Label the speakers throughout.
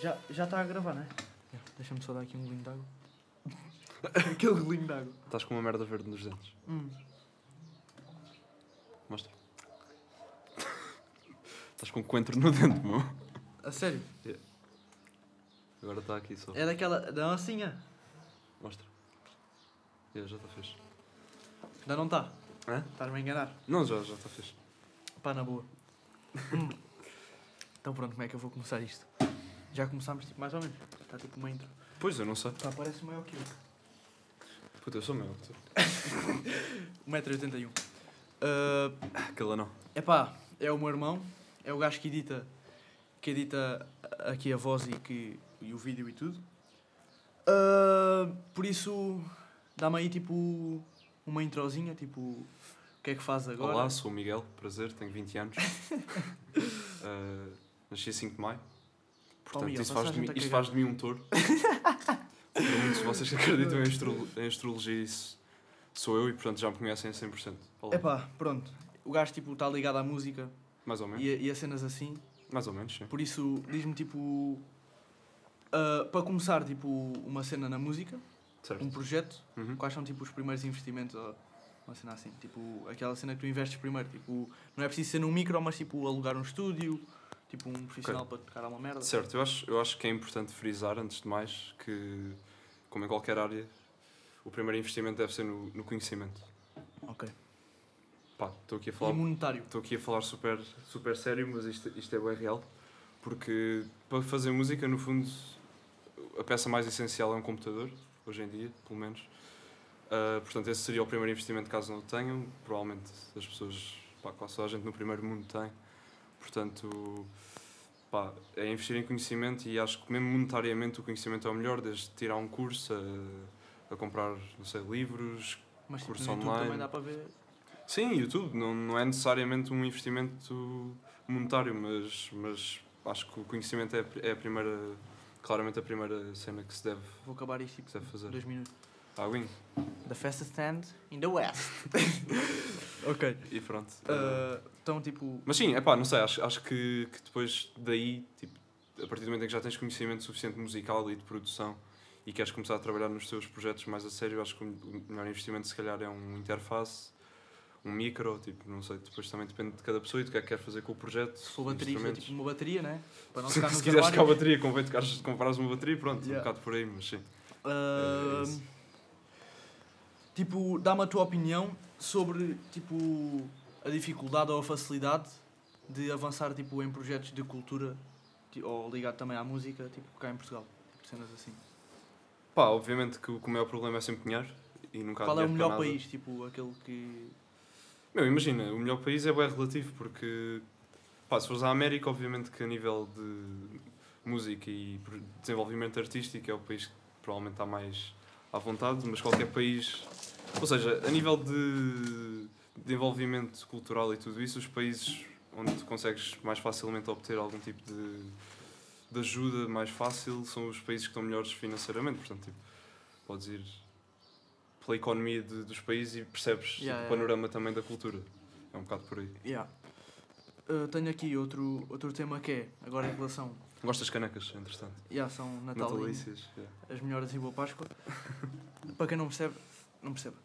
Speaker 1: Já está a gravar, não é?
Speaker 2: Yeah, Deixa-me só dar aqui um golinho de água.
Speaker 1: Aquele golinho de água.
Speaker 3: Estás com uma merda verde nos dentes.
Speaker 2: Hum.
Speaker 3: Mostra. Estás com coentro no dente, meu.
Speaker 2: A sério?
Speaker 3: Agora está aqui só.
Speaker 2: É daquela. da ancinha?
Speaker 3: Mostra. Yeah, já está fixe.
Speaker 2: Ainda não está.
Speaker 3: Hã?
Speaker 2: Estás-me a enganar.
Speaker 3: Não, já já está fixe.
Speaker 2: Pá, na boa. Hum. então pronto, como é que eu vou começar isto? Já começámos tipo, mais ou menos. Está tipo uma intro.
Speaker 3: Pois, eu não sei.
Speaker 2: Pá, parece maior que eu.
Speaker 3: Puta, eu sou meu.
Speaker 2: 1,81m.
Speaker 1: Ah,
Speaker 3: Aquela não.
Speaker 2: É pá, é o meu irmão. É o gajo que edita. que edita aqui a voz e, que, e o vídeo e tudo. Ah, por isso, dá-me aí tipo. uma introzinha, tipo. o que é que faz agora?
Speaker 3: Olá, sou o Miguel. Prazer, tenho 20 anos. Ah, nasci a 5 de maio. Portanto,
Speaker 2: Miguel,
Speaker 3: isso, faz de
Speaker 2: passaste-me
Speaker 3: mim,
Speaker 2: a
Speaker 3: isso
Speaker 2: cagar.
Speaker 3: faz de mim um touro. Para muitos de vocês que acreditam em, astro- em astrologia, isso sou eu e, portanto, já me conhecem a 100%. Olá.
Speaker 2: Epá, pronto. O gajo tipo está ligado à música
Speaker 3: Mais ou menos.
Speaker 2: e a, e a cenas assim.
Speaker 3: Mais ou menos, sim.
Speaker 2: Por isso, diz-me tipo. ah, para começar, tipo, uma cena na música,
Speaker 3: Certo.
Speaker 2: um projeto,
Speaker 3: Uhum.
Speaker 2: quais são tipo os primeiros investimentos ou uma cena assim? Tipo, aquela cena que tu investes primeiro, tipo, não é preciso ser num micro, mas tipo, alugar um estúdio, tipo, um profissional para tocar alguma merda.
Speaker 3: Certo, eu acho, eu acho que é importante frisar, antes de mais, que, como em qualquer área, o primeiro investimento deve ser no, no conhecimento.
Speaker 2: Ok.
Speaker 3: Pá, estou aqui a
Speaker 2: E
Speaker 3: falar,
Speaker 2: monetário.
Speaker 3: estou aqui a falar super, super sério, mas isto, isto é bem real, porque para fazer música, no fundo, a peça mais essencial é um computador, hoje em dia, pelo menos. Ah, portanto, esse seria o primeiro investimento, caso não o tenham. Provavelmente as pessoas, pá, quase toda a gente no primeiro mundo tem. Portanto, pá, é investir em conhecimento e acho que mesmo monetariamente o conhecimento é o melhor, desde tirar um curso a, a comprar, não sei, livros,
Speaker 2: Mas tipo, no
Speaker 3: curso
Speaker 2: YouTube
Speaker 3: online.
Speaker 2: também dá para ver.
Speaker 3: Sim, YouTube não, não é necessariamente um investimento monetário, mas, mas acho que o conhecimento é, a pri- é a primeira, claramente a primeira cena que se deve,
Speaker 2: Vou acabar isto
Speaker 3: que se deve
Speaker 2: tipo,
Speaker 3: é fazer.
Speaker 2: dois minutos.
Speaker 3: Ah, wing.
Speaker 2: The fastest stand in the West. ok.
Speaker 3: E pronto.
Speaker 2: Ah, então, tipo,
Speaker 3: Mas sim, é pá, não sei, acho, acho que, que depois daí, tipo, a partir do momento em que já tens conhecimento suficiente musical e de produção e queres começar a trabalhar nos teus projetos mais a sério, acho que o o melhor investimento se calhar é um interface, um micro, tipo, não sei, depois também depende de cada pessoa e do que é que queres fazer com o projeto.
Speaker 2: se for
Speaker 3: com
Speaker 2: baterista,
Speaker 3: instrumentos.
Speaker 2: tipo uma bateria, né? Para não
Speaker 3: se
Speaker 2: ficar
Speaker 3: se
Speaker 2: nos
Speaker 3: quiseres tocar
Speaker 2: armários.
Speaker 3: bateria, convém tocares, comprares uma bateria, pronto,
Speaker 2: Yeah.
Speaker 3: um bocado por aí, mas sim.
Speaker 2: Ah,
Speaker 3: É isso.
Speaker 2: tipo, dá-me a tua opinião sobre, tipo, a dificuldade ou a facilidade de avançar, tipo, em projetos de cultura ti- ou ligado também à música, tipo, cá em Portugal. Tipo, cenas assim.
Speaker 3: Pá, obviamente que o que o maior problema é sempre dinheiro e nunca há
Speaker 2: Qual é o
Speaker 3: dinheiro para
Speaker 2: melhor
Speaker 3: nada.
Speaker 2: país, tipo, aquele que...
Speaker 3: Meu, imagina, o melhor país é bem relativo, porque pá, se fores à América, obviamente que a nível de música e pro- desenvolvimento artístico é o país que provavelmente está mais à vontade, mas qualquer país. Ou seja, a nível de desenvolvimento cultural e tudo isso, os países onde tu consegues mais facilmente obter algum tipo de, de ajuda mais fácil são os países que estão melhores financeiramente. Portanto, tipo, podes ir pela economia de- dos países e percebes tipo,
Speaker 2: Yeah, yeah.
Speaker 3: o panorama também da cultura. É um bocado por aí.
Speaker 2: Yeah. Ah, tenho aqui outro, outro tema que é, agora em relação...
Speaker 3: Gostas de canecas, entretanto.
Speaker 2: Yeah, são Natal e-
Speaker 3: Natalícias. yeah.
Speaker 2: as melhoras e boa Páscoa. Para quem não percebe, não percebe.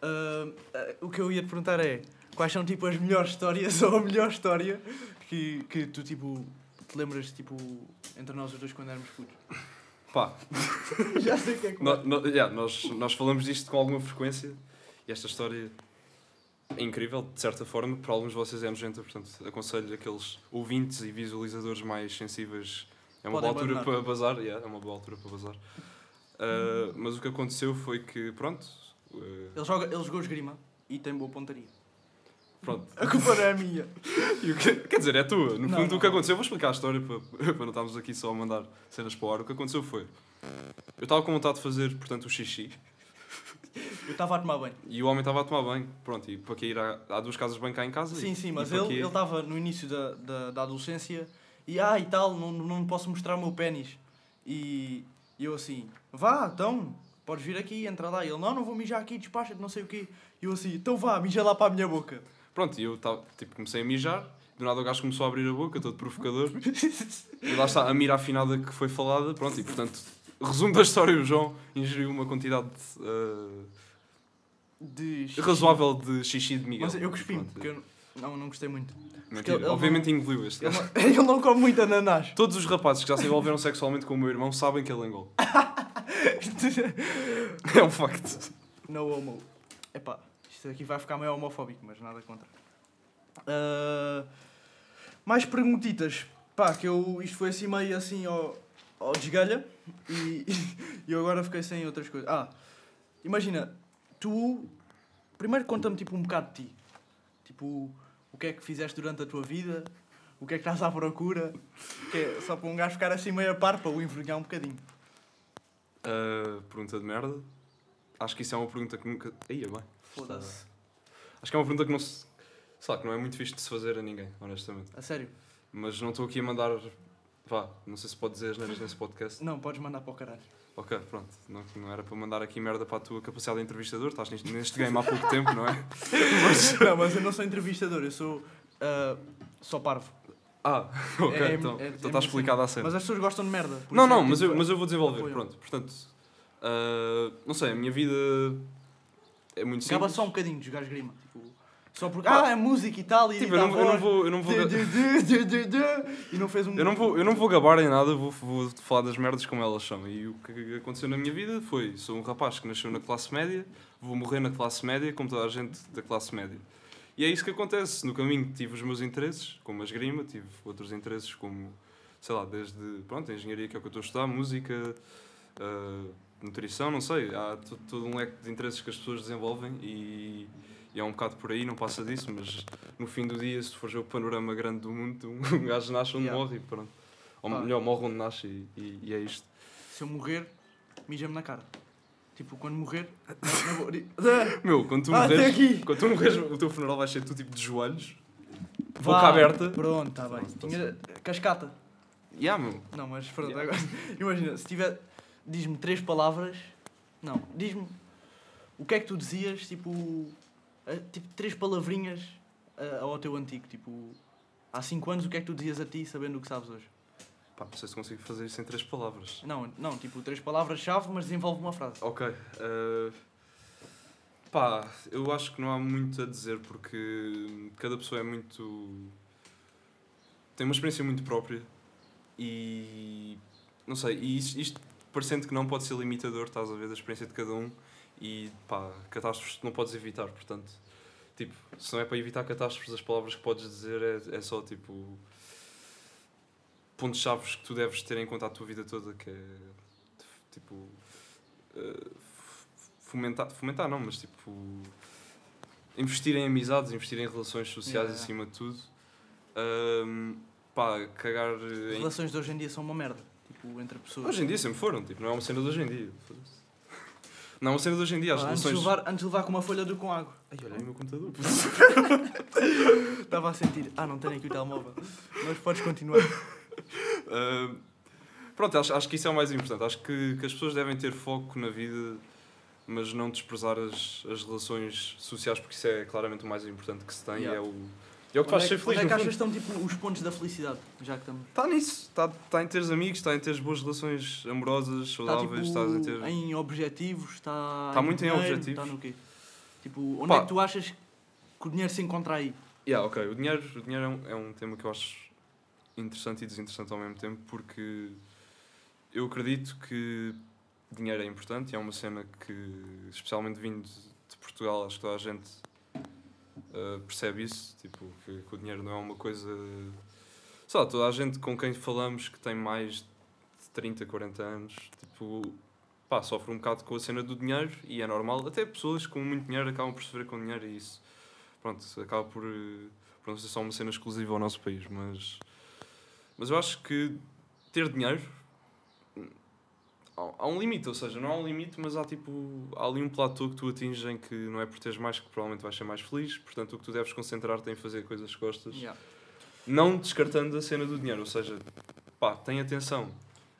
Speaker 2: Ah, ah, o que eu ia te perguntar é quais são tipo as melhores histórias ou a melhor história que, que tu tipo te lembras tipo entre nós os dois quando éramos putos.
Speaker 3: Pá,
Speaker 2: Já sei o que é que
Speaker 3: no- no- yeah, nós, nós falamos disto com alguma frequência e esta história é incrível, de certa forma. Para alguns de vocês é nojenta, portanto aconselho aqueles ouvintes e visualizadores mais sensíveis. É uma
Speaker 2: Podem
Speaker 3: boa altura
Speaker 2: abandonar.
Speaker 3: para bazar. yeah, é uma boa altura para bazar. Ah, mas o que aconteceu foi que, pronto. ah,
Speaker 2: Ele joga, ele jogou esgrima e tem boa pontaria.
Speaker 3: pronto.
Speaker 2: A culpa não é minha.
Speaker 3: E o que- quer dizer, é tua.
Speaker 2: Não,
Speaker 3: No fundo,
Speaker 2: não.
Speaker 3: o que aconteceu, eu vou explicar a história para, para não estarmos aqui só a mandar cenas para o ar. O que aconteceu foi. Eu estava com vontade de fazer, portanto, o xixi
Speaker 2: Eu estava a tomar banho.
Speaker 3: e o homem estava a tomar banho. Pronto, e para que ir à- há duas casas de banho cá em casa. e-
Speaker 2: Sim, sim,
Speaker 3: e
Speaker 2: mas
Speaker 3: para
Speaker 2: ele
Speaker 3: que ir-
Speaker 2: ele estava no início da, da, da adolescência e ah e tal, não, não posso mostrar o meu pênis. E eu assim, vá, então, podes vir aqui, entra lá. E ele, não, não vou mijar aqui, despacha-te, não sei o quê. E eu assim, então vá, mija lá para a minha boca.
Speaker 3: Pronto, e eu tava, tipo, comecei a mijar. Do nada o gajo começou a abrir a boca, todo provocador. E lá está a mira afinada que foi falada, pronto, e portanto, resumo da história, o João ingeriu uma quantidade eh,
Speaker 2: De xixi.
Speaker 3: razoável de xixi de Miguel.
Speaker 2: Mas eu cuspi-me,
Speaker 3: Pronto,
Speaker 2: porque eu não, não gostei muito.
Speaker 3: Mentira,
Speaker 2: ele- ele
Speaker 3: obviamente engoliu este
Speaker 2: Ele
Speaker 3: gajo.
Speaker 2: não, ele não come muito ananás.
Speaker 3: Todos os rapazes que já se envolveram sexualmente com o meu irmão sabem que ele engole. É um facto.
Speaker 2: No homo. Epá, isto aqui vai ficar meio homofóbico, mas nada contra. Ah, mais perguntitas. Pá, que eu, isto foi assim meio assim ao, ao desgalha e, e eu agora fiquei sem outras coisas. Ah, imagina, tu. Primeiro conta-me tipo um bocado de ti. Tipo, o que é que fizeste durante a tua vida? O que é que estás à procura? Que é só para um gajo ficar assim meio a par para o envergonhar um bocadinho.
Speaker 3: Eh, pergunta de merda. Acho que isso é uma pergunta que nunca. Ia bem.
Speaker 2: Foda-se.
Speaker 3: Acho que é uma pergunta que não se. Sei lá, que não é muito fixe de se fazer a ninguém, honestamente.
Speaker 2: A sério?
Speaker 3: Mas não estou aqui a mandar. Vá, não sei se pode dizer as neiras nesse podcast.
Speaker 2: Não, podes mandar para o caralho.
Speaker 3: Ok, pronto. Não, não era para mandar aqui merda para a tua capacidade de entrevistador. Estás neste, neste game há pouco tempo, não é?
Speaker 2: Não, mas eu não sou entrevistador, eu sou ah, só parvo.
Speaker 3: Ah, ok.
Speaker 2: É- é-
Speaker 3: então
Speaker 2: é- é
Speaker 3: então está
Speaker 2: muito
Speaker 3: explicada a cena.
Speaker 2: Mas as pessoas gostam de merda. por
Speaker 3: Não,
Speaker 2: isso é
Speaker 3: não,
Speaker 2: que,
Speaker 3: mas
Speaker 2: tipo,
Speaker 3: eu, mas eu vou desenvolver.
Speaker 2: apoiam.
Speaker 3: Pronto, portanto. ah, não sei, a minha vida é muito
Speaker 2: Acaba
Speaker 3: simples.
Speaker 2: só um bocadinho de jogar esgrima. Tipo, só porque.
Speaker 3: Pá.
Speaker 2: Ah, é música e tal. E
Speaker 3: Tipo, eu não, eu não vou. Eu não vou, ga-
Speaker 2: E não fez um.
Speaker 3: eu não vou, eu não vou gabar em nada, vou, vou falar das merdas como elas são. E o que aconteceu na minha vida foi: sou um rapaz que nasceu na classe média, vou morrer na classe média, como toda a gente da classe média. E é isso que acontece. No caminho tive os meus interesses, como a esgrima, tive outros interesses, como, sei lá, desde pronto, a engenharia que é o que eu estou a estudar, música, ah, nutrição, não sei. Há to- todo um leque de interesses que as pessoas desenvolvem e, e é um bocado por aí, não passa disso, mas no fim do dia, se tu fores ver o panorama grande do mundo, um gajo nasce onde
Speaker 2: Yeah.
Speaker 3: morre e pronto. Ou
Speaker 2: Pá.
Speaker 3: melhor, morre onde nasce e, e- e é isto.
Speaker 2: Se eu morrer, mija-me na cara. Tipo, quando morrer.
Speaker 3: Meu, quando tu
Speaker 2: Ah, até
Speaker 3: morres,
Speaker 2: aqui!
Speaker 3: quando tu morres, o teu funeral vai ser tu tipo de joelhos,
Speaker 2: Vá.
Speaker 3: boca aberta.
Speaker 2: Pronto, está bem.
Speaker 3: Pronto,
Speaker 2: Tinha cascata.
Speaker 3: Yeah, meu.
Speaker 2: Não, mas pronto,
Speaker 3: Yeah.
Speaker 2: agora. Imagina, se tiver. Diz-me três palavras. Não, diz-me o que é que tu dizias, tipo. a- tipo, três palavrinhas a- ao teu antigo. Tipo, há cinco anos o que é que tu dizias a ti sabendo o que sabes hoje?
Speaker 3: Pá, não sei se consigo fazer isso em três palavras.
Speaker 2: Não, não, tipo, três palavras-chave, mas desenvolve uma frase.
Speaker 3: Ok. eh, pá, eu acho que não há muito a dizer porque cada pessoa é muito. tem uma experiência muito própria e. não sei, e isto, isto parecendo que não pode ser limitador, estás a ver, da experiência de cada um e pá, catástrofes tu não podes evitar, portanto. Tipo, se não é para evitar catástrofes, as palavras que podes dizer é, é só tipo. pontos-chave que tu deves ter em conta a tua vida toda, que é. tipo eh, fomentar, fomentar não, mas tipo investir em amizades, investir em relações sociais
Speaker 2: Yeah, yeah.
Speaker 3: acima de tudo. Ahm, pá, cagar
Speaker 2: As
Speaker 3: em...
Speaker 2: relações de hoje em dia são uma merda. Tipo, entre pessoas.
Speaker 3: Hoje em dia sempre foram, tipo, não é uma cena de hoje em dia. Foda-se. Não é uma cena de hoje em dia, as
Speaker 2: Ah, antes, de
Speaker 3: relações...
Speaker 2: levar, antes de levar com uma folha do com água.
Speaker 3: Ai, olha aí o meu computador.
Speaker 2: Estava a sentir. Ah, não tenho aqui o telemóvel. Mas podes continuar.
Speaker 3: Ahm, Ah, pronto, acho, acho que isso é o mais importante. Acho que, que as pessoas devem ter foco na vida, mas não desprezar as, as relações sociais, porque isso é claramente o mais importante que se tem
Speaker 2: Yeah.
Speaker 3: e é o, e é o que te faz
Speaker 2: Onde é
Speaker 3: ser
Speaker 2: que- onde
Speaker 3: feliz.
Speaker 2: é
Speaker 3: no
Speaker 2: que achas
Speaker 3: fundo.
Speaker 2: que estão tipo, os pontos da felicidade? Já que estamos.
Speaker 3: Está nisso, está tá em teres amigos, está em teres boas relações amorosas,
Speaker 2: Está
Speaker 3: saudáveis, estás
Speaker 2: tipo,
Speaker 3: a ter.
Speaker 2: em objetivos, está.
Speaker 3: Tá muito em
Speaker 2: dinheiro,
Speaker 3: objetivos.
Speaker 2: Está no quê? Tipo, onde
Speaker 3: Pá.
Speaker 2: é que tu achas que o dinheiro se encontra aí?
Speaker 3: Yeah, ok. O dinheiro, o dinheiro é, um, é um tema que eu acho interessante e desinteressante ao mesmo tempo porque eu acredito que dinheiro é importante e é uma cena que, especialmente vindo de Portugal, acho que toda a gente uh, percebe isso, tipo, que, que o dinheiro não é uma coisa. Sei lá, toda a gente com quem falamos que tem mais de 30, 40 anos, tipo, pá, sofre um bocado com a cena do dinheiro e é normal. Até pessoas com muito dinheiro acabam por sofrer com dinheiro e isso pronto, acaba por, eh, por não ser só uma cena exclusiva ao nosso país, mas, mas eu acho que ter dinheiro hum, há, há um limite, ou seja, não há um limite, mas há tipo há ali um platô que tu atinges em que não é por teres mais que provavelmente vais ser mais feliz, portanto o que tu deves concentrar-te é em fazer coisas que gostas, não descartando a cena do dinheiro, ou seja, pá, tem atenção.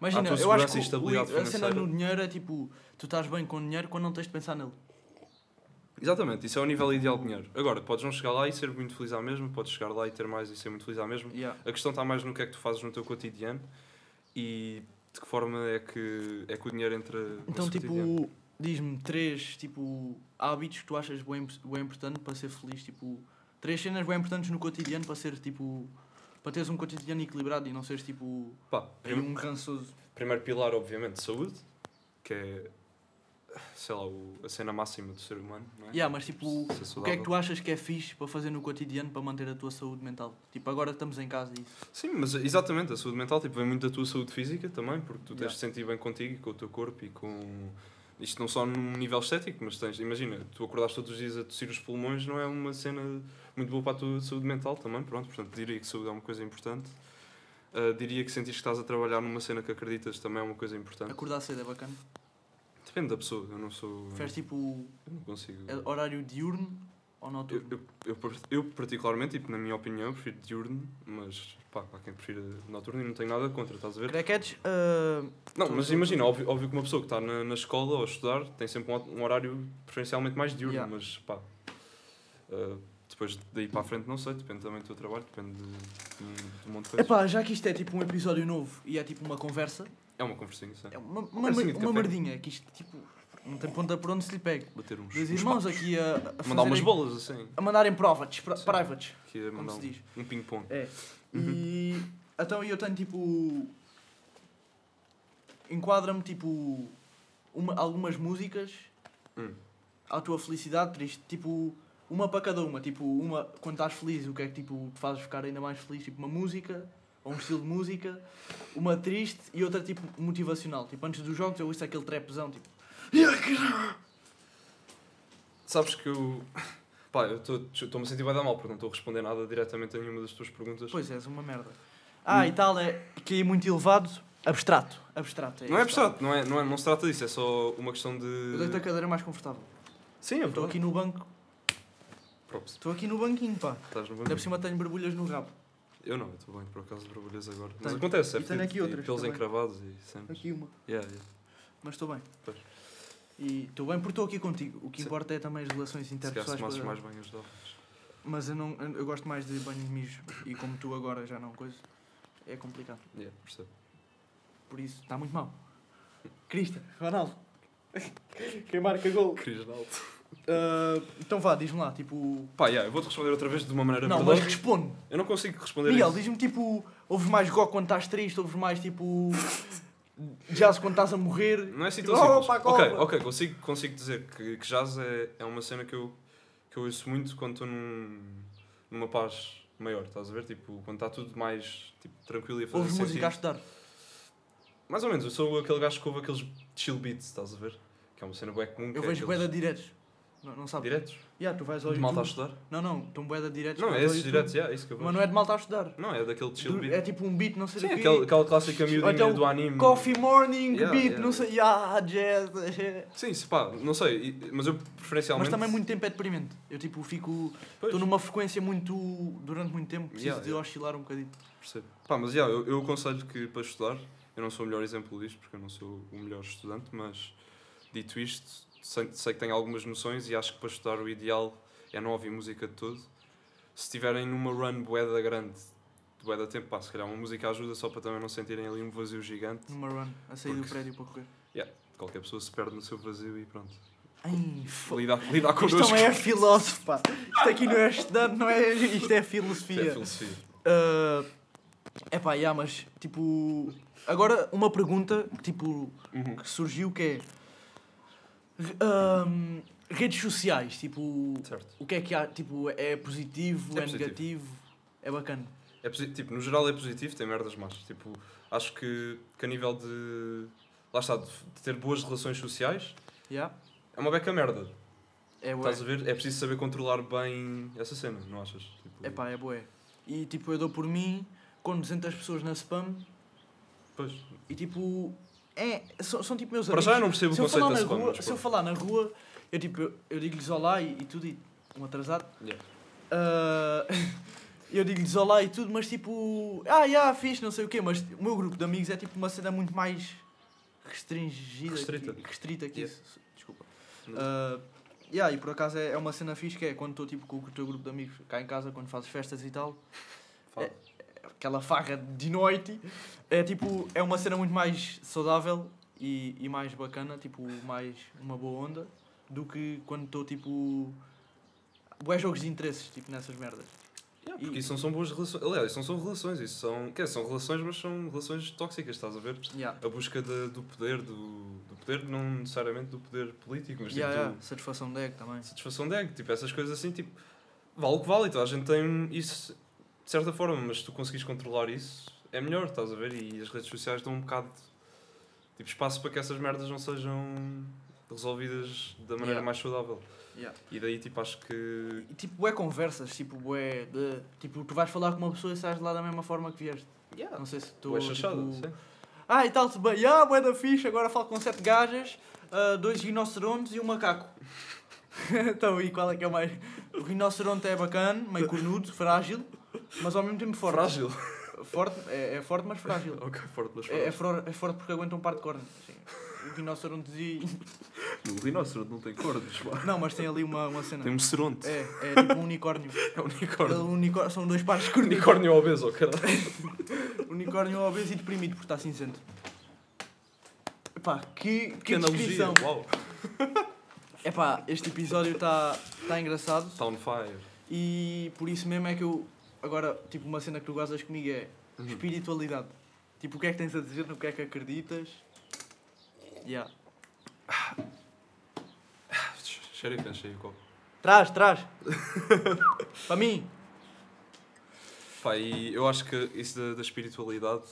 Speaker 2: Imagina,
Speaker 3: tua
Speaker 2: eu acho
Speaker 3: segurança
Speaker 2: que
Speaker 3: e
Speaker 2: o-
Speaker 3: estabilidade
Speaker 2: o- a cena
Speaker 3: financeira.
Speaker 2: no dinheiro é tipo, tu estás bem com o dinheiro quando não tens de pensar nele.
Speaker 3: Exatamente, isso é o nível ideal de dinheiro. Agora, podes não chegar lá e ser muito feliz à mesma, podes chegar lá e ter mais e ser muito feliz à mesma.
Speaker 2: Yeah.
Speaker 3: A questão está mais no que é que tu fazes no teu cotidiano e de que forma é que, é que o dinheiro entra
Speaker 2: Então,
Speaker 3: nesse cotidiano.
Speaker 2: tipo, diz-me três tipo, hábitos que tu achas bem, bem importante para ser feliz. Tipo, três cenas bem importantes no cotidiano para ser tipo. para teres um cotidiano equilibrado e não seres tipo.
Speaker 3: Pá,
Speaker 2: aí
Speaker 3: prim-
Speaker 2: um rançoso.
Speaker 3: primeiro pilar, obviamente, saúde, que é, sei lá, o- a cena máxima do ser humano, não é?
Speaker 2: Yeah, mas tipo,
Speaker 3: Ser
Speaker 2: o que é que
Speaker 3: saudável.
Speaker 2: tu achas que é fixe para fazer no cotidiano para manter a tua saúde mental? Tipo, agora estamos em casa e isso.
Speaker 3: Sim, mas exatamente, a saúde mental tipo, vem muito da tua saúde física também, porque tu tens
Speaker 2: Yeah.
Speaker 3: de sentir bem contigo e com o teu corpo e com. Isto não só num nível estético, mas tens. Imagina, tu acordares todos os dias a tossir os pulmões, não é uma cena muito boa para a tua saúde mental também, pronto. Portanto, diria que saúde é uma coisa importante. Ah, diria que sentires que estás a trabalhar numa cena que acreditas também é uma coisa importante.
Speaker 2: Acordar cedo é bacana.
Speaker 3: Depende da pessoa, eu não sou.
Speaker 2: Preferes tipo
Speaker 3: Eu não consigo.
Speaker 2: é horário diurno ou
Speaker 3: Eu,
Speaker 2: noturno?
Speaker 3: eu, eu, par- eu particularmente, tipo, na minha opinião, eu prefiro diurno, mas pá, há quem prefira noturno e não tenho nada contra, estás a ver?
Speaker 2: Crackheads, ah,
Speaker 3: Não,
Speaker 2: Tudo,
Speaker 3: mas
Speaker 2: tudo,
Speaker 3: imagina,
Speaker 2: tudo.
Speaker 3: óbvio, óbvio que uma pessoa que está na, na escola ou a estudar tem sempre um, hor- um horário preferencialmente mais diurno,
Speaker 2: Yeah.
Speaker 3: mas pá. uh, depois daí para a frente, não sei, depende também do teu trabalho, depende de, de, de um monte de coisas.
Speaker 2: epá, já que isto é tipo um episódio novo e é tipo uma conversa,
Speaker 3: É uma conversinha, sei.
Speaker 2: é uma, uma,
Speaker 3: conversinha
Speaker 2: mer-
Speaker 3: de
Speaker 2: uma
Speaker 3: café.
Speaker 2: merdinha que isto tipo não tem ponta por onde se lhe pegue.
Speaker 3: Bater uns.
Speaker 2: um Dois
Speaker 3: uns
Speaker 2: irmãos
Speaker 3: papos.
Speaker 2: aqui a, a
Speaker 3: Mandar umas
Speaker 2: fazerem-
Speaker 3: bolas assim.
Speaker 2: a mandarem provates, pra-
Speaker 3: Sim.
Speaker 2: privates.
Speaker 3: Que é
Speaker 2: Como
Speaker 3: mandar
Speaker 2: se
Speaker 3: um,
Speaker 2: diz.
Speaker 3: um ping-pong.
Speaker 2: É. E
Speaker 3: Uhum.
Speaker 2: então eu tenho tipo. Enquadra-me tipo. uma- algumas músicas
Speaker 3: Hum.
Speaker 2: à tua felicidade triste. Tipo, uma para cada uma. Tipo, uma quando estás feliz, o que é que tipo, te fazes ficar ainda mais feliz? Tipo, uma música, ou um estilo de música, uma triste e outra tipo motivacional. Tipo, antes dos jogos eu ouço aquele trapzão, tipo.
Speaker 3: Sabes que eu. Pá, eu estou-me a sentir vai dar mal porque não estou a responder nada diretamente a nenhuma das tuas perguntas.
Speaker 2: Pois és uma merda.
Speaker 3: Hum.
Speaker 2: Ah, e tal, é que é muito elevado, abstrato. Abstrato, é
Speaker 3: Não é
Speaker 2: abstrato.
Speaker 3: abstrato, não, é, não, é, não se trata disso, é só uma questão
Speaker 2: Eu deito a
Speaker 3: de.
Speaker 2: cadeira mais confortável.
Speaker 3: Sim, é
Speaker 2: Eu estou
Speaker 3: verdade.
Speaker 2: aqui no banco,
Speaker 3: Props.
Speaker 2: estou aqui no banquinho, pá.
Speaker 3: Estás
Speaker 2: Ainda
Speaker 3: no banco.
Speaker 2: por cima tenho borbulhas no rabo.
Speaker 3: Eu não, eu estou bem, por acaso, de borbulhas agora. Mas
Speaker 2: Tenho.
Speaker 3: acontece, é
Speaker 2: E tenho
Speaker 3: fedido,
Speaker 2: aqui
Speaker 3: e
Speaker 2: outras
Speaker 3: pelos
Speaker 2: também.
Speaker 3: encravados e cenas.
Speaker 2: Aqui uma.
Speaker 3: Yeah, yeah.
Speaker 2: Mas estou bem.
Speaker 3: Pois.
Speaker 2: E estou bem porque estou aqui contigo. O que
Speaker 3: Sim.
Speaker 2: importa é também as relações
Speaker 3: Se calhar
Speaker 2: interpessoais.
Speaker 3: tomasses
Speaker 2: para-
Speaker 3: mais bem ajudavas.
Speaker 2: Mas eu, não, eu gosto mais de banho de mijo. E como tu agora já não coisa, é complicado.
Speaker 3: Yeah, percebo.
Speaker 2: Por isso, está muito mal. Crista, Ronaldo. Quem marca gol.
Speaker 3: Querias alto.
Speaker 2: então vá, diz-me lá, tipo...
Speaker 3: Pá, yeah, eu vou-te responder outra vez de uma maneira
Speaker 2: Não, mas
Speaker 3: verdadeira.
Speaker 2: responde.
Speaker 3: Eu não consigo responder a
Speaker 2: Miguel,
Speaker 3: isso.
Speaker 2: diz-me tipo, ouves mais gó quando estás triste, ouves mais tipo. jazz quando estás a morrer.
Speaker 3: Não é assim
Speaker 2: Tipo,
Speaker 3: tão simples.
Speaker 2: opa,
Speaker 3: ok,
Speaker 2: cobra.
Speaker 3: ok, consigo, consigo dizer que, que jazz é, é uma cena que eu, que eu ouço muito quando estou num, numa paz maior, estás a ver? Tipo, quando está tudo mais tipo, tranquilo e a fazer
Speaker 2: Ouves
Speaker 3: sentido.
Speaker 2: música a estudar.
Speaker 3: Mais ou menos, eu sou aquele gajo que ouve aqueles chill beats, estás a ver? Que é uma cena bué comum. que
Speaker 2: Eu
Speaker 3: é
Speaker 2: vejo boeda
Speaker 3: aqueles
Speaker 2: diretos. Não, não sabes?
Speaker 3: diretos.
Speaker 2: Yeah, tu vais ao
Speaker 3: De malta a
Speaker 2: YouTube.
Speaker 3: estudar.
Speaker 2: Não, não, estão boeda diretos.
Speaker 3: Não,
Speaker 2: vais
Speaker 3: é
Speaker 2: ao
Speaker 3: esses
Speaker 2: YouTube.
Speaker 3: diretos, yeah, é isso que eu vejo.
Speaker 2: Mas não é de malta a estudar.
Speaker 3: Não, é daquele chill
Speaker 2: Du-
Speaker 3: beat.
Speaker 2: É tipo um beat, não sei
Speaker 3: Sim,
Speaker 2: do quê.
Speaker 3: aquele, aquela clássica miudinha
Speaker 2: então,
Speaker 3: do anime.
Speaker 2: Coffee morning,
Speaker 3: Yeah,
Speaker 2: beat,
Speaker 3: yeah,
Speaker 2: não
Speaker 3: yeah.
Speaker 2: sei. Ah, jazz. eh.
Speaker 3: Sim, se pá, não sei, e- mas eu preferencialmente.
Speaker 2: Mas também muito tempo é deprimente. Eu tipo fico.
Speaker 3: Pois,
Speaker 2: Estou numa frequência muito. durante muito tempo, preciso
Speaker 3: Yeah,
Speaker 2: de
Speaker 3: yeah.
Speaker 2: oscilar um bocadinho.
Speaker 3: percebo. Pá, mas yeah, eu, eu aconselho que para estudar, eu não sou o melhor exemplo disto, porque eu não sou o melhor estudante, mas dito isto, sei, sei que tenho algumas noções e acho que para estudar o ideal é não ouvir música de todo. Se tiverem numa run boeda grande, de boeda tempo, pá, se calhar uma música ajuda só para também não sentirem ali um vazio gigante.
Speaker 2: Numa run, a sair do
Speaker 3: Porque-
Speaker 2: prédio para correr.
Speaker 3: Qualquer pessoa se perde no seu vazio e pronto.
Speaker 2: Ai, foda
Speaker 3: Lidar, lidar
Speaker 2: Isto
Speaker 3: connosco.
Speaker 2: não é filósofo, pá. Isto aqui não é estudante, não é. Isto é
Speaker 3: Isso é
Speaker 2: filosofia.
Speaker 3: filosofia.
Speaker 2: É pá, yeah, mas tipo. Agora, uma pergunta tipo,
Speaker 3: Uhum.
Speaker 2: que surgiu que é. re- ahm, redes sociais, tipo.
Speaker 3: Certo.
Speaker 2: O que é que há? Tipo, é positivo, é,
Speaker 3: É positivo.
Speaker 2: negativo? É bacana.
Speaker 3: É posi- tipo, no geral é positivo, tem merdas más. Tipo, acho que, que a nível de. Lá está, de, de ter boas relações sociais,
Speaker 2: Yeah?
Speaker 3: é uma beca merda.
Speaker 2: É bué.
Speaker 3: Estás a ver? É preciso saber controlar bem essa cena, não achas? Tipo,
Speaker 2: É pá, é bué. E tipo, eu dou por mim com 200 pessoas na spam
Speaker 3: Pois.
Speaker 2: e tipo. É, são, são tipo meus
Speaker 3: Para
Speaker 2: amigos.
Speaker 3: já eu não percebo o
Speaker 2: se eu,
Speaker 3: conceito
Speaker 2: falar
Speaker 3: da
Speaker 2: na
Speaker 3: spam.
Speaker 2: rua,
Speaker 3: mas
Speaker 2: se eu
Speaker 3: pronto.
Speaker 2: falar na rua, eu, tipo, eu, eu digo-lhes olá e, e tudo, e um atrasado.
Speaker 3: Yeah.
Speaker 2: Ah, eu digo-lhes olá e tudo, mas tipo, ah, já, fixe, não sei o quê, mas o meu grupo de amigos é tipo uma cena muito mais restringida. que-
Speaker 3: Restrita.
Speaker 2: restrita que
Speaker 3: Yeah.
Speaker 2: isso. Desculpa.
Speaker 3: Não.
Speaker 2: Ah, Yeah, e por acaso é, é uma cena fixe que é quando estou tipo, com o teu grupo de amigos cá em casa, quando fazes festas e tal,
Speaker 3: Fala.
Speaker 2: É. aquela farra de noite, é tipo, é uma cena muito mais saudável e, e mais bacana, tipo, mais uma boa onda, do que quando estou tipo. Bué jogos de interesses, tipo, nessas merdas.
Speaker 3: Yeah, porque isso não são boas relações. Aliás, isso não são relações, isso são. Quer dizer, são relações, mas são relações tóxicas, estás a ver?
Speaker 2: Yeah.
Speaker 3: A busca da- do poder, do, do poder, não necessariamente do poder político, mas
Speaker 2: Yeah,
Speaker 3: tipo,
Speaker 2: yeah. Satisfação de ego também.
Speaker 3: satisfação de ego, tipo, essas coisas assim, tipo, vale o que vale, então a gente tem isso de certa forma, mas se tu conseguires controlar isso, é melhor, estás a ver? E as redes sociais dão um bocado tipo espaço para que essas merdas não sejam resolvidas da maneira
Speaker 2: Yeah.
Speaker 3: mais saudável.
Speaker 2: Yeah.
Speaker 3: E daí, tipo, acho que.
Speaker 2: E tipo, bué conversas, tipo, bué de. Tipo, tu vais falar com uma pessoa e sais de lá da mesma forma que vieste.
Speaker 3: Yeah.
Speaker 2: Não sei se tu.
Speaker 3: Tu és chachada,
Speaker 2: tipo,
Speaker 3: sim.
Speaker 2: Ah, e tal, tudo bem. Ah, bué da fixe, agora falo com sete gajas, ah, dois rinocerontes e um macaco. então, e qual é que é o mais... O rinoceronte é bacana, meio cornudo, frágil, mas ao mesmo tempo forte.
Speaker 3: Frágil.
Speaker 2: Forte, é, é forte, mas frágil.
Speaker 3: ok, forte, mas
Speaker 2: É, é,
Speaker 3: frágil.
Speaker 2: fror- é forte porque aguenta um par de cornos. Sim. O rinoceronte e...
Speaker 4: O rinoceronte não tem cordas, pá.
Speaker 2: Não, mas tem ali uma, uma cena.
Speaker 4: Tem um ceronte.
Speaker 2: É, é tipo um unicórnio.
Speaker 3: É um unicórnio.
Speaker 2: Um unicórnio- São dois pares de cornos.
Speaker 3: Unicórnio obeso, oh, caralho.
Speaker 2: Unicórnio obeso e deprimido porque está cinzento. Epá, que, que,
Speaker 3: Que analogia.
Speaker 2: descrição.
Speaker 3: Uau.
Speaker 2: Epá, este episódio está tá engraçado
Speaker 3: Está on fire.
Speaker 2: e por isso mesmo é que eu... Agora, tipo, uma cena que tu gozas comigo é
Speaker 3: Uhum.
Speaker 2: espiritualidade. Tipo, o que é que tens a dizer, no que é que acreditas. Yeah.
Speaker 3: Cheira e cancha aí o copo.
Speaker 2: Traz, traz. Para mim.
Speaker 3: Pá, e eu acho que isso da, da espiritualidade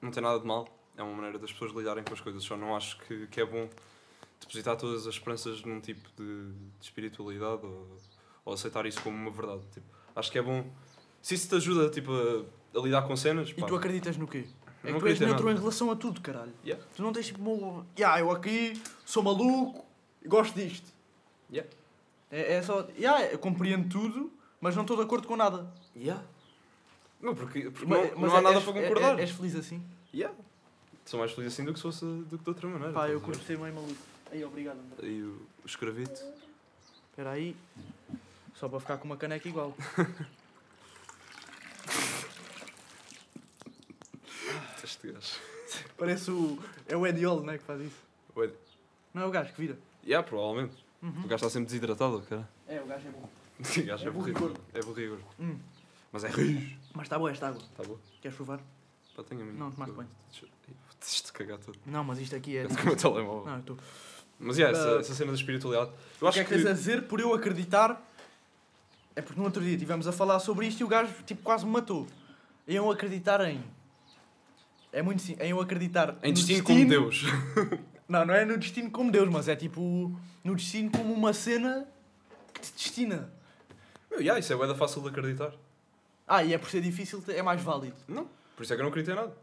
Speaker 3: não tem nada de mal. É uma maneira das pessoas lidarem com as coisas. Só não acho que, que é bom depositar todas as esperanças num tipo de, de espiritualidade ou, ou aceitar isso como uma verdade. Tipo, acho que é bom. Se isso te ajuda tipo, a, a lidar com cenas.
Speaker 2: E
Speaker 3: Pá,
Speaker 2: tu acreditas no quê? É
Speaker 3: não
Speaker 2: que tu és
Speaker 3: acredito em
Speaker 2: neutro em
Speaker 3: nada.
Speaker 2: relação a tudo, caralho.
Speaker 3: Yeah.
Speaker 2: Tu não tens tipo... um- Yeah, eu aqui sou maluco, gosto disto.
Speaker 3: Yeah.
Speaker 2: É, é só... Yeah, eu compreendo tudo, mas não estou de acordo com nada.
Speaker 3: Yeah. Não, porque, porque
Speaker 2: Mas-
Speaker 3: não,
Speaker 2: mas
Speaker 3: não há
Speaker 2: é-
Speaker 3: nada
Speaker 2: és-
Speaker 3: para
Speaker 2: é-
Speaker 3: concordar.
Speaker 2: é- És feliz assim?
Speaker 3: Yeah. Sou mais feliz assim do que se fosse do que de outra maneira.
Speaker 2: Pá, eu
Speaker 3: estás a
Speaker 2: curto
Speaker 3: ver?
Speaker 2: ser meio maluco. Aí, obrigado, André.
Speaker 3: E o, o escravito.
Speaker 2: Espera aí. Só para ficar com uma caneca igual.
Speaker 3: Este gajo.
Speaker 2: Parece o... É o Ediol, né, que faz isso.
Speaker 3: Ué,
Speaker 2: Não é o gajo que vira.
Speaker 3: Yeah, provavelmente. O
Speaker 2: Uhum.
Speaker 3: gajo está sempre desidratado, cara.
Speaker 2: É, o gajo é bom.
Speaker 3: O gajo
Speaker 2: É
Speaker 3: é
Speaker 2: burro
Speaker 3: burrigo. É burrigo.
Speaker 2: Hum.
Speaker 3: Mas é rijo.
Speaker 2: Mas está boa esta água.
Speaker 3: Tá bom.
Speaker 2: Queres provar?
Speaker 3: Pá, tenho a mim.
Speaker 2: Não, tomaste bem.
Speaker 3: Vou-te cagar tudo.
Speaker 2: Não, mas isto aqui é...
Speaker 3: Gato com o meu telemóvel.
Speaker 2: Não, eu estou...
Speaker 3: Mas yeah, essa,
Speaker 2: Ah.
Speaker 3: essa cena da espiritualidade. Eu
Speaker 2: O que
Speaker 3: acho
Speaker 2: é que tens a dizer por eu acreditar? É porque no outro dia estivemos a falar sobre isto e o gajo tipo, quase me matou. Em eu acreditar em. É muito sim. Em eu acreditar.
Speaker 3: Em
Speaker 2: no
Speaker 3: destino como Deus.
Speaker 2: Não, não é no destino como Deus, mas é tipo. No destino como uma cena que te destina.
Speaker 3: Meu, yeah, isso é bué da fácil de acreditar.
Speaker 2: Ah, e é por ser difícil, é mais válido.
Speaker 3: Por isso é que eu não acredito em nada.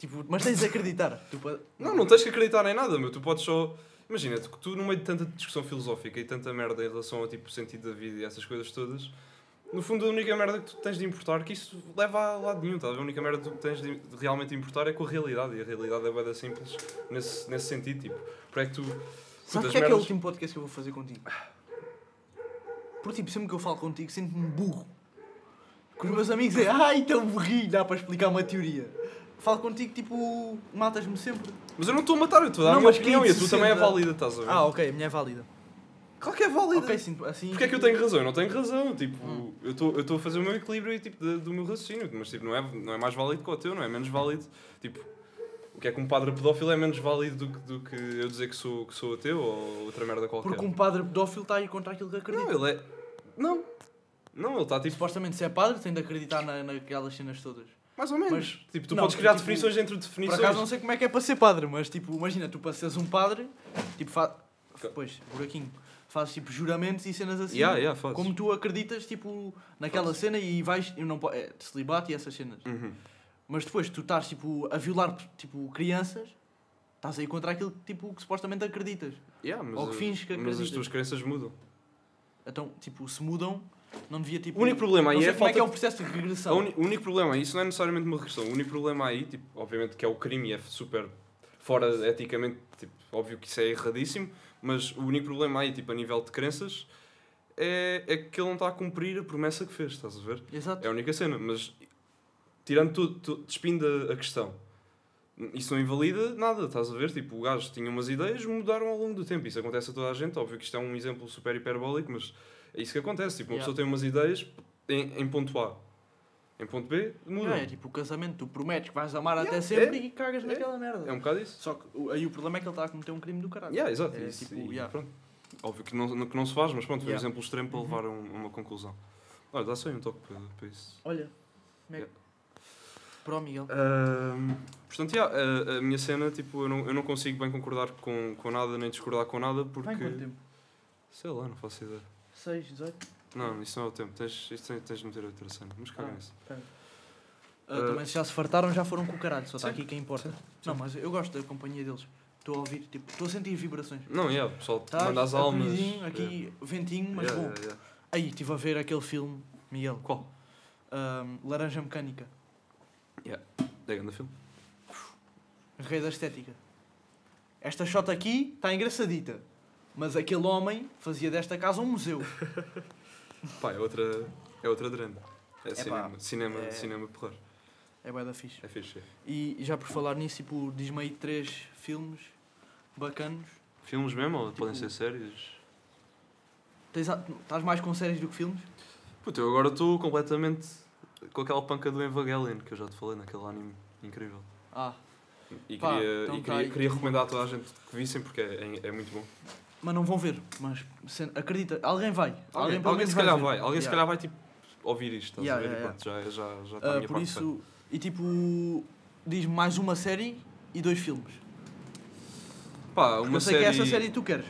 Speaker 2: Tipo, mas tens de acreditar. Tipo, Tu pa-
Speaker 3: Não, não tens que acreditar em nada, meu. Tu podes só. Imagina, tu, tu no meio de tanta discussão filosófica e tanta merda em relação ao tipo sentido da vida e essas coisas todas, no fundo a única merda que tu tens de importar, que isso leva a lado nenhum, tá? a ver? A única merda que tu tens de de realmente importar é com a realidade e a realidade é bem simples nesse, nesse sentido, tipo. Para é que tu.
Speaker 2: Sabes
Speaker 3: Putas
Speaker 2: o que é que é o
Speaker 3: merdas.
Speaker 2: último podcast que eu vou fazer contigo? Porque tipo, sempre que eu falo contigo sinto-me burro. Com os meus amigos é, ai tão burrinho, dá para explicar uma teoria. Falo contigo tipo, matas-me sempre.
Speaker 3: Mas eu não estou a matar, eu estou a dar
Speaker 2: Não,
Speaker 3: a minha
Speaker 2: mas
Speaker 3: opinião e a tua
Speaker 2: 560.
Speaker 3: também é válida, estás a ver?
Speaker 2: Ah, ok, a minha é válida.
Speaker 3: claro que é válida.
Speaker 2: Ok, sinto assim.
Speaker 3: Porque é que eu tenho razão? Eu não tenho razão, tipo,
Speaker 2: Hum.
Speaker 3: eu estou a fazer o meu equilíbrio e, tipo, de- do meu raciocínio, mas tipo, não, é, não é mais válido que o teu, não é menos válido. Tipo, o que é que um padre pedófilo é menos válido do, que- do que eu dizer que sou, que sou ateu ou outra merda qualquer.
Speaker 2: Porque um padre pedófilo está a ir contra aquilo que acredita.
Speaker 3: Não, ele é. Não. Não, ele está tipo.
Speaker 2: Supostamente se é padre tem de acreditar na, naquelas cenas todas.
Speaker 3: Mais ou menos.
Speaker 2: Mas-
Speaker 3: tipo, tu
Speaker 2: não,
Speaker 3: podes criar
Speaker 2: tipo,
Speaker 3: definições dentro de
Speaker 2: Por
Speaker 3: definições.
Speaker 2: acaso não sei como é que é para ser padre, mas tipo, imagina, tu para seres um padre, tipo, fa... Pois, buraquinho. Fazes tipo juramentos e cenas assim.
Speaker 3: Yeah, yeah, faz.
Speaker 2: Como tu acreditas, tipo, naquela
Speaker 3: Faz.
Speaker 2: cena e vais... Eu não, po- é, de celibato e essas cenas.
Speaker 3: Uhum.
Speaker 2: Mas depois tu estás, tipo, a violar, tipo, crianças, estás aí contra aquilo, tipo, que supostamente acreditas.
Speaker 3: Yeah, mas,
Speaker 2: Ou que
Speaker 3: uh,
Speaker 2: finges que
Speaker 3: mas as
Speaker 2: acreditas.
Speaker 3: tuas crenças mudam.
Speaker 2: Então, tipo, se mudam, não devia, tipo...
Speaker 3: O único problema aí
Speaker 2: não sei
Speaker 3: é a
Speaker 2: como é que é
Speaker 3: falta
Speaker 2: o processo de
Speaker 3: A
Speaker 2: regressão.
Speaker 3: uni- O único problema aí, isso não é necessariamente uma regressão. O único problema aí, tipo, obviamente que é o crime e é super fora eticamente, tipo, óbvio que isso é erradíssimo, Mas o único problema aí, tipo, a nível de crenças, é, é que ele não está a cumprir a promessa que fez, estás a ver?
Speaker 2: Exato.
Speaker 3: É a única cena, mas tirando tudo, tu, despindo a- a questão, isso não invalida nada, estás a ver? Tipo, o gajo tinha umas ideias, mudaram ao longo do tempo. Isso acontece a toda a gente, óbvio que isto é um exemplo super hiperbólico, mas é isso que acontece. Tipo, uma
Speaker 2: Yeah.
Speaker 3: pessoa tem umas ideias em, em ponto A, em ponto B, muda.
Speaker 2: Não, é tipo o casamento, tu prometes que vais amar
Speaker 3: Yeah,
Speaker 2: até sempre
Speaker 3: é.
Speaker 2: e cagas
Speaker 3: É.
Speaker 2: naquela merda.
Speaker 3: É um bocado isso.
Speaker 2: Só que o- aí o problema é que ele está a cometer um crime do caralho.
Speaker 3: Yeah, exato.
Speaker 2: É,
Speaker 3: isso,
Speaker 2: tipo,
Speaker 3: e
Speaker 2: yeah.
Speaker 3: pronto. Óbvio que não, que não se faz, mas pronto, foi
Speaker 2: Yeah.
Speaker 3: um
Speaker 2: Uhum.
Speaker 3: exemplo extremo para levar a um- a uma conclusão. Olha, dá só aí um toque para, para isso.
Speaker 2: Olha, como é que.
Speaker 3: Yeah.
Speaker 2: Pro Miguel.
Speaker 3: Ahm, portanto, yeah, a, a minha cena, tipo, eu não, eu não consigo bem concordar com, com nada, nem discordar com nada,
Speaker 2: Está em quanto
Speaker 3: porque...
Speaker 2: tempo?
Speaker 3: Sei lá, não faço ideia.
Speaker 2: 6, 18?
Speaker 3: Não, isso não é o tempo. Tens, isso tens, tens de meter outra cena. Mas caga
Speaker 2: Ah.
Speaker 3: nisso.
Speaker 2: Ah,
Speaker 3: Ah.
Speaker 2: também se já se fartaram, já foram com o caralho, só está
Speaker 3: Sim.
Speaker 2: aqui quem importa. Não, mas eu gosto da companhia deles. Estou a ouvir, tipo, estou a sentir vibrações.
Speaker 3: Não, yeah, pessoal,
Speaker 2: Tá,
Speaker 3: manda as almas. é.
Speaker 2: acolhidinho, Aqui, ventinho, mas bom. Aí, estive a ver aquele filme, Miguel.
Speaker 3: Qual?
Speaker 2: Ahm, Laranja Mecânica,
Speaker 3: É grande filme.
Speaker 2: Rei da Estética. Esta shot aqui está engraçadita. Mas aquele homem fazia desta casa um museu.
Speaker 3: Pá, é outra, é outra drama. É, cinema, cinema,
Speaker 2: é-
Speaker 3: cinema porrar.
Speaker 2: É bué da fixe.
Speaker 3: É fixe. é.
Speaker 2: E já por falar nisso, tipo, diz-me aí três filmes bacanos.
Speaker 3: Filmes mesmo ou
Speaker 2: Tipo-
Speaker 3: podem ser séries?
Speaker 2: Tens a- Estás mais com séries do que filmes?
Speaker 3: Puta, eu agora estou completamente com aquela panca do Evangelion que eu já te falei naquele anime incrível.
Speaker 2: Ah,
Speaker 3: E
Speaker 2: Pá,
Speaker 3: queria,
Speaker 2: então
Speaker 3: e
Speaker 2: tá
Speaker 3: queria,
Speaker 2: aí.
Speaker 3: queria recomendar a toda a gente que vissem porque é, é- é muito bom.
Speaker 2: mas não vão ver. Mas se- acredita, alguém vai.
Speaker 3: Alguém,
Speaker 2: pelo
Speaker 3: alguém
Speaker 2: menos
Speaker 3: se calhar
Speaker 2: ver.
Speaker 3: vai, alguém se
Speaker 2: Yeah.
Speaker 3: calhar vai tipo ouvir isto, estás
Speaker 2: Yeah,
Speaker 3: a ver?
Speaker 2: yeah,
Speaker 3: e pronto, já, já, já está a
Speaker 2: Ah,
Speaker 3: minha
Speaker 2: por
Speaker 3: parte feita.
Speaker 2: isso, e tipo, diz-me mais uma série e dois filmes.
Speaker 3: Pá,
Speaker 2: Porque
Speaker 3: uma
Speaker 2: eu sei que
Speaker 3: série,
Speaker 2: é essa série que tu queres.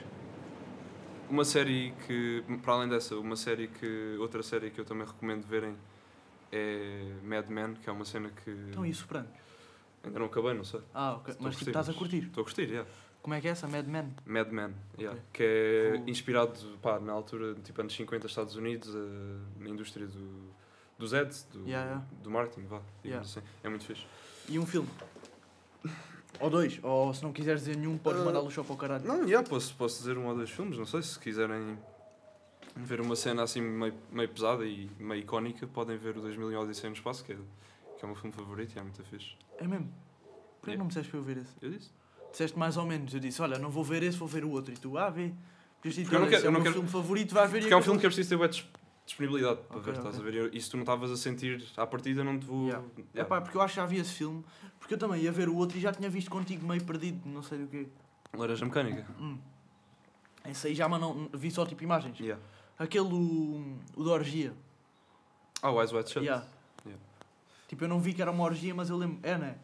Speaker 3: uma série que, para além dessa, uma série que, outra série que eu também recomendo verem é Mad Men, que é uma cena que
Speaker 2: Então, e o Sopranos?
Speaker 3: ainda não acabei, não sei.
Speaker 2: Ah, ok.
Speaker 3: Estou a
Speaker 2: Mas
Speaker 3: curtir,
Speaker 2: tipo, estás a
Speaker 3: mas-
Speaker 2: curtir.
Speaker 3: Estou a curtir, yeah.
Speaker 2: Como é que é essa? Mad Men?
Speaker 3: Mad Men, yeah.
Speaker 2: Ok.
Speaker 3: que é
Speaker 2: Vou-
Speaker 3: inspirado pá, na altura, tipo anos 50, Estados Unidos, eh, na indústria do, dos ads, do,
Speaker 2: Yeah, yeah.
Speaker 3: do marketing, vá,
Speaker 2: Yeah.
Speaker 3: digamos assim. É muito fixe.
Speaker 2: E um filme? ou dois? Ou se não quiseres dizer nenhum, podes
Speaker 3: Ah,
Speaker 2: mandá-lo só para o caralho.
Speaker 3: Não, já posso, posso dizer um ou dois filmes, não sei se quiserem ver uma cena assim meio, meio pesada e meio icónica, podem ver o 2000 e Odisseia no Espaço, que é, que é o meu filme favorito e é muito fixe.
Speaker 2: É mesmo? Porquê que
Speaker 3: Yeah.
Speaker 2: não me disseste para eu ver esse?
Speaker 3: Eu disse.
Speaker 2: Disseste mais ou menos. Eu disse, olha, não vou ver esse, vou ver o outro. E tu, ah, vê. Podias dizer,
Speaker 3: Porque eu não
Speaker 2: olha,
Speaker 3: quero-
Speaker 2: esse é
Speaker 3: eu
Speaker 2: o
Speaker 3: não
Speaker 2: meu
Speaker 3: quero-
Speaker 2: filme favorito, vai ver. e
Speaker 3: Porque é um filme
Speaker 2: acabou.
Speaker 3: que é preciso ter bué dis- disponibilidade para
Speaker 2: Ok,
Speaker 3: ver, estás
Speaker 2: ok.
Speaker 3: a ver? E isso tu não estavas a sentir à partida, não te vou.
Speaker 2: Yeah.
Speaker 3: Yeah.
Speaker 2: Epá, porque eu acho que já vi esse filme. Porque eu também ia ver o outro e já tinha visto contigo meio perdido, não sei do quê.
Speaker 3: Laranja Mecânica.
Speaker 2: Hum. Esse aí já mas não vi só tipo imagens.
Speaker 3: Yeah.
Speaker 2: Aquele o, o da orgia.
Speaker 3: Ah, Wise White Shut.
Speaker 2: Yeah.
Speaker 3: Yeah.
Speaker 2: Tipo, eu não vi que era uma orgia, mas eu lembro. É, né?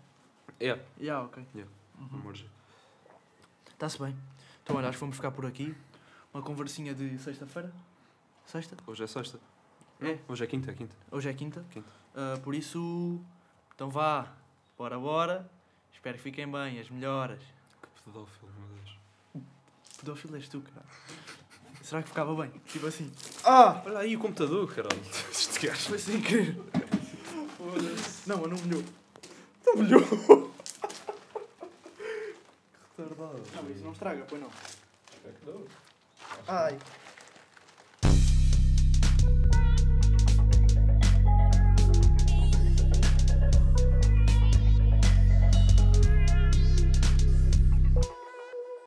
Speaker 3: Yeah.
Speaker 2: Yeah, ok.
Speaker 3: Yeah.
Speaker 2: Uhum.
Speaker 3: Amor.
Speaker 2: Está-se bem. Então, olha, acho que vamos ficar por aqui. Uma conversinha de sexta-feira. Sexta?
Speaker 3: Hoje é sexta.
Speaker 2: É.
Speaker 3: Hoje é quinta, é quinta.
Speaker 2: Hoje é quinta.
Speaker 3: Quinta.
Speaker 2: Ah, por isso, então vá. Bora, bora. Espero que fiquem bem. As melhoras.
Speaker 3: Que pedófilo, meu Deus.
Speaker 2: Pedófilo és tu, cara. Será que ficava bem? Tipo assim.
Speaker 3: Ah! Olha aí o computador, caralho. Este gajo.
Speaker 2: Foi sem querer. Não, mas não molhou.
Speaker 3: Que retardado.
Speaker 2: Não, isso não estraga, pois não. Ai.